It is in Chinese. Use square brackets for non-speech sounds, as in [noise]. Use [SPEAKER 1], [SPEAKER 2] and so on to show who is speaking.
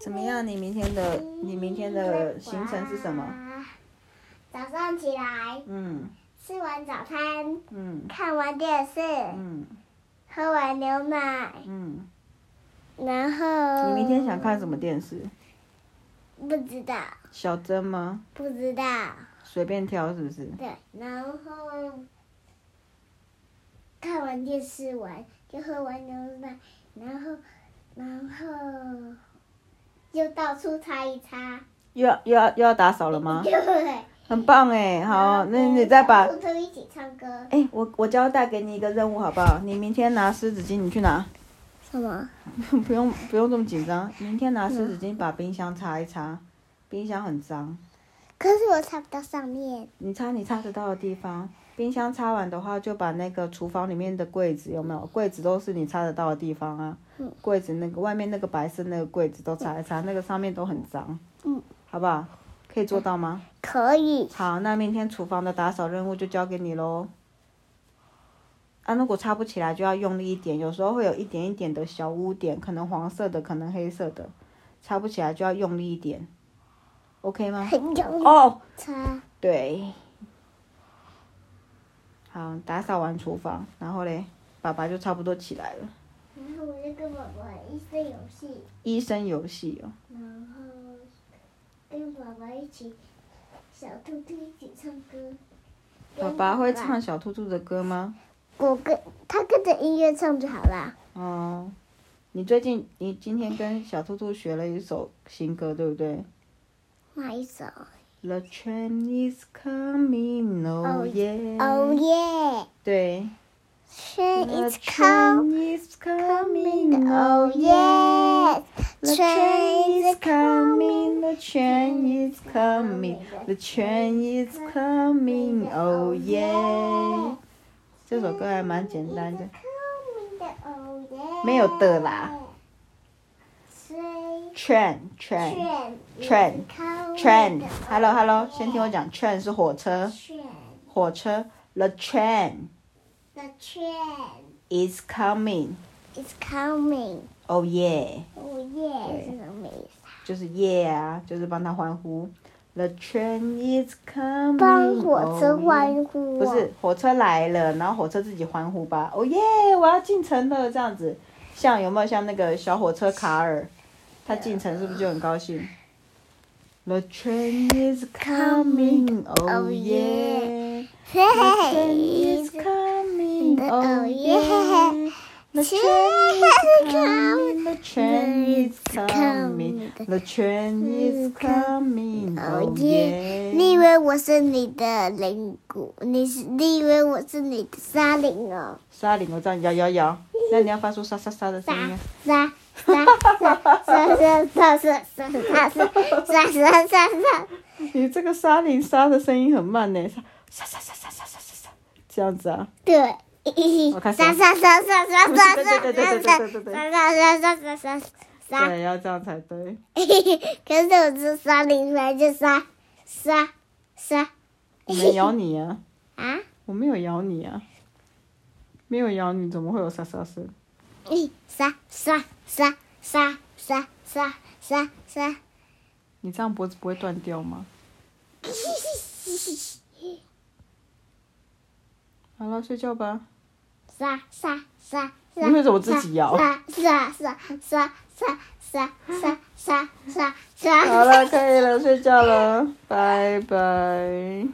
[SPEAKER 1] 怎么样？你明天的你明天的行程是什么？
[SPEAKER 2] 哇？早上起来，
[SPEAKER 1] 嗯
[SPEAKER 2] 吃完早餐，
[SPEAKER 1] 嗯
[SPEAKER 2] 看完电视，
[SPEAKER 1] 嗯
[SPEAKER 2] 喝完牛奶，
[SPEAKER 1] 嗯。
[SPEAKER 2] 然后
[SPEAKER 1] 你明天想看什么电视？
[SPEAKER 2] 不知道，
[SPEAKER 1] 小珍吗？
[SPEAKER 2] 不知道。
[SPEAKER 1] 随便挑是不是？
[SPEAKER 2] 对，然后看完电视完，就喝完牛奶，然后，然后就到处擦一擦。
[SPEAKER 1] 又要又要又要打扫了吗？
[SPEAKER 2] [laughs] 对。
[SPEAKER 1] 很棒哎，好，那你再把
[SPEAKER 2] 兔兔一起唱歌。
[SPEAKER 1] 哎、我我交代给你一个任务好不好？你明天拿湿纸巾，你去拿， [laughs]
[SPEAKER 2] 什么？
[SPEAKER 1] 不用不用这么紧张。明天拿湿纸巾把冰箱擦一擦，冰箱很脏，
[SPEAKER 2] 可是我擦不到上面。
[SPEAKER 1] 你擦你擦得到的地方。冰箱擦完的话，就把那个厨房里面的柜子有没有？柜子都是你擦得到的地方啊。
[SPEAKER 2] 嗯
[SPEAKER 1] 柜子那个外面那个白色那个柜子都擦一擦，那个上面都很脏。
[SPEAKER 2] 嗯，
[SPEAKER 1] 好不好？可以做到吗？
[SPEAKER 2] 可以。
[SPEAKER 1] 好，那明天厨房的打扫任务就交给你喽。啊，如果擦不起来就要用力一点，有时候会有一点一点的小污点，可能黄色的，可能黑色的，擦不起来就要用力一点，OK 吗？
[SPEAKER 2] 很用力
[SPEAKER 1] 哦，
[SPEAKER 2] 擦。
[SPEAKER 1] 对，好，打扫完厨房，然后嘞，爸爸就差不多起来了。
[SPEAKER 2] 然后我就跟宝宝玩一些游戏，
[SPEAKER 1] 医生游戏哦，
[SPEAKER 2] 然后跟宝宝一起，小兔兔一起唱歌。
[SPEAKER 1] 爸爸会唱。小兔兔的歌吗？
[SPEAKER 2] 我跟他跟着音乐唱就好啦。
[SPEAKER 1] 哦，你最近你今天跟小兔兔学了一首新歌，对不对
[SPEAKER 2] 哪一首？
[SPEAKER 1] ？The train is coming, oh
[SPEAKER 2] Oh,
[SPEAKER 1] yeah！
[SPEAKER 2] 哦耶！
[SPEAKER 1] 对
[SPEAKER 2] ，Train
[SPEAKER 1] ，The
[SPEAKER 2] is coming,
[SPEAKER 1] train is coming,
[SPEAKER 2] oh
[SPEAKER 1] oh
[SPEAKER 2] yeah!
[SPEAKER 1] yeah！The
[SPEAKER 2] Train
[SPEAKER 1] train
[SPEAKER 2] is
[SPEAKER 1] is
[SPEAKER 2] coming,
[SPEAKER 1] coming, the train is coming, the train is coming, oh yeah！这首歌还蛮简单的。没有的啦。Train, train,
[SPEAKER 2] train
[SPEAKER 1] Train train. Hello, hello，先听我讲，train 是火车，
[SPEAKER 2] Train
[SPEAKER 1] 火车。The train
[SPEAKER 2] the train
[SPEAKER 1] is coming.
[SPEAKER 2] is coming.
[SPEAKER 1] Oh yeah，
[SPEAKER 2] Oh yeah，
[SPEAKER 1] 对
[SPEAKER 2] 这个没意思
[SPEAKER 1] 就是 yeah 啊，就是帮他欢呼。The train is coming。Oh,
[SPEAKER 2] 帮火车欢呼。
[SPEAKER 1] 嗯哦不是，火车来了，然后火车自己欢呼吧。哦耶，我要进城了，这样子，像有没有像那个小火车卡尔，他进城是不是就很高兴？The train is coming, oh yeah. The train is coming, oh [laughs] yeah. The train is coming, the train is coming, the train is coming, oh yeah.
[SPEAKER 2] 你以为我是你的灵骨？你是你以为我是你的沙灵哦？
[SPEAKER 1] 沙领我这样摇摇摇，那你要发出沙沙沙的声音啊。
[SPEAKER 2] 沙沙沙沙沙沙沙沙沙沙沙沙沙。
[SPEAKER 1] 你这个沙领沙的声音很慢呢，沙沙沙沙沙沙沙沙沙，这样子啊。
[SPEAKER 2] 对。
[SPEAKER 1] 我开始
[SPEAKER 2] 沙沙沙沙沙沙沙沙
[SPEAKER 1] 对对对对对对对对
[SPEAKER 2] 沙沙沙沙沙沙。
[SPEAKER 1] 对，要这样才对。
[SPEAKER 2] 嘿嘿嘿 [laughs] 可是我是沙林来就沙沙沙
[SPEAKER 1] 我没咬你啊，
[SPEAKER 2] [laughs] 啊！
[SPEAKER 1] 我没有咬你啊，没有咬你，怎么会有沙沙声？
[SPEAKER 2] 嘿沙沙沙沙沙沙沙沙。
[SPEAKER 1] 你这样脖子不会断掉吗？好了，睡觉吧。
[SPEAKER 2] 沙沙沙沙。
[SPEAKER 1] 你为什么自己摇
[SPEAKER 2] 沙沙沙沙沙沙沙沙沙沙。 [laughs]
[SPEAKER 1] 好了，可以了，睡觉了，拜拜。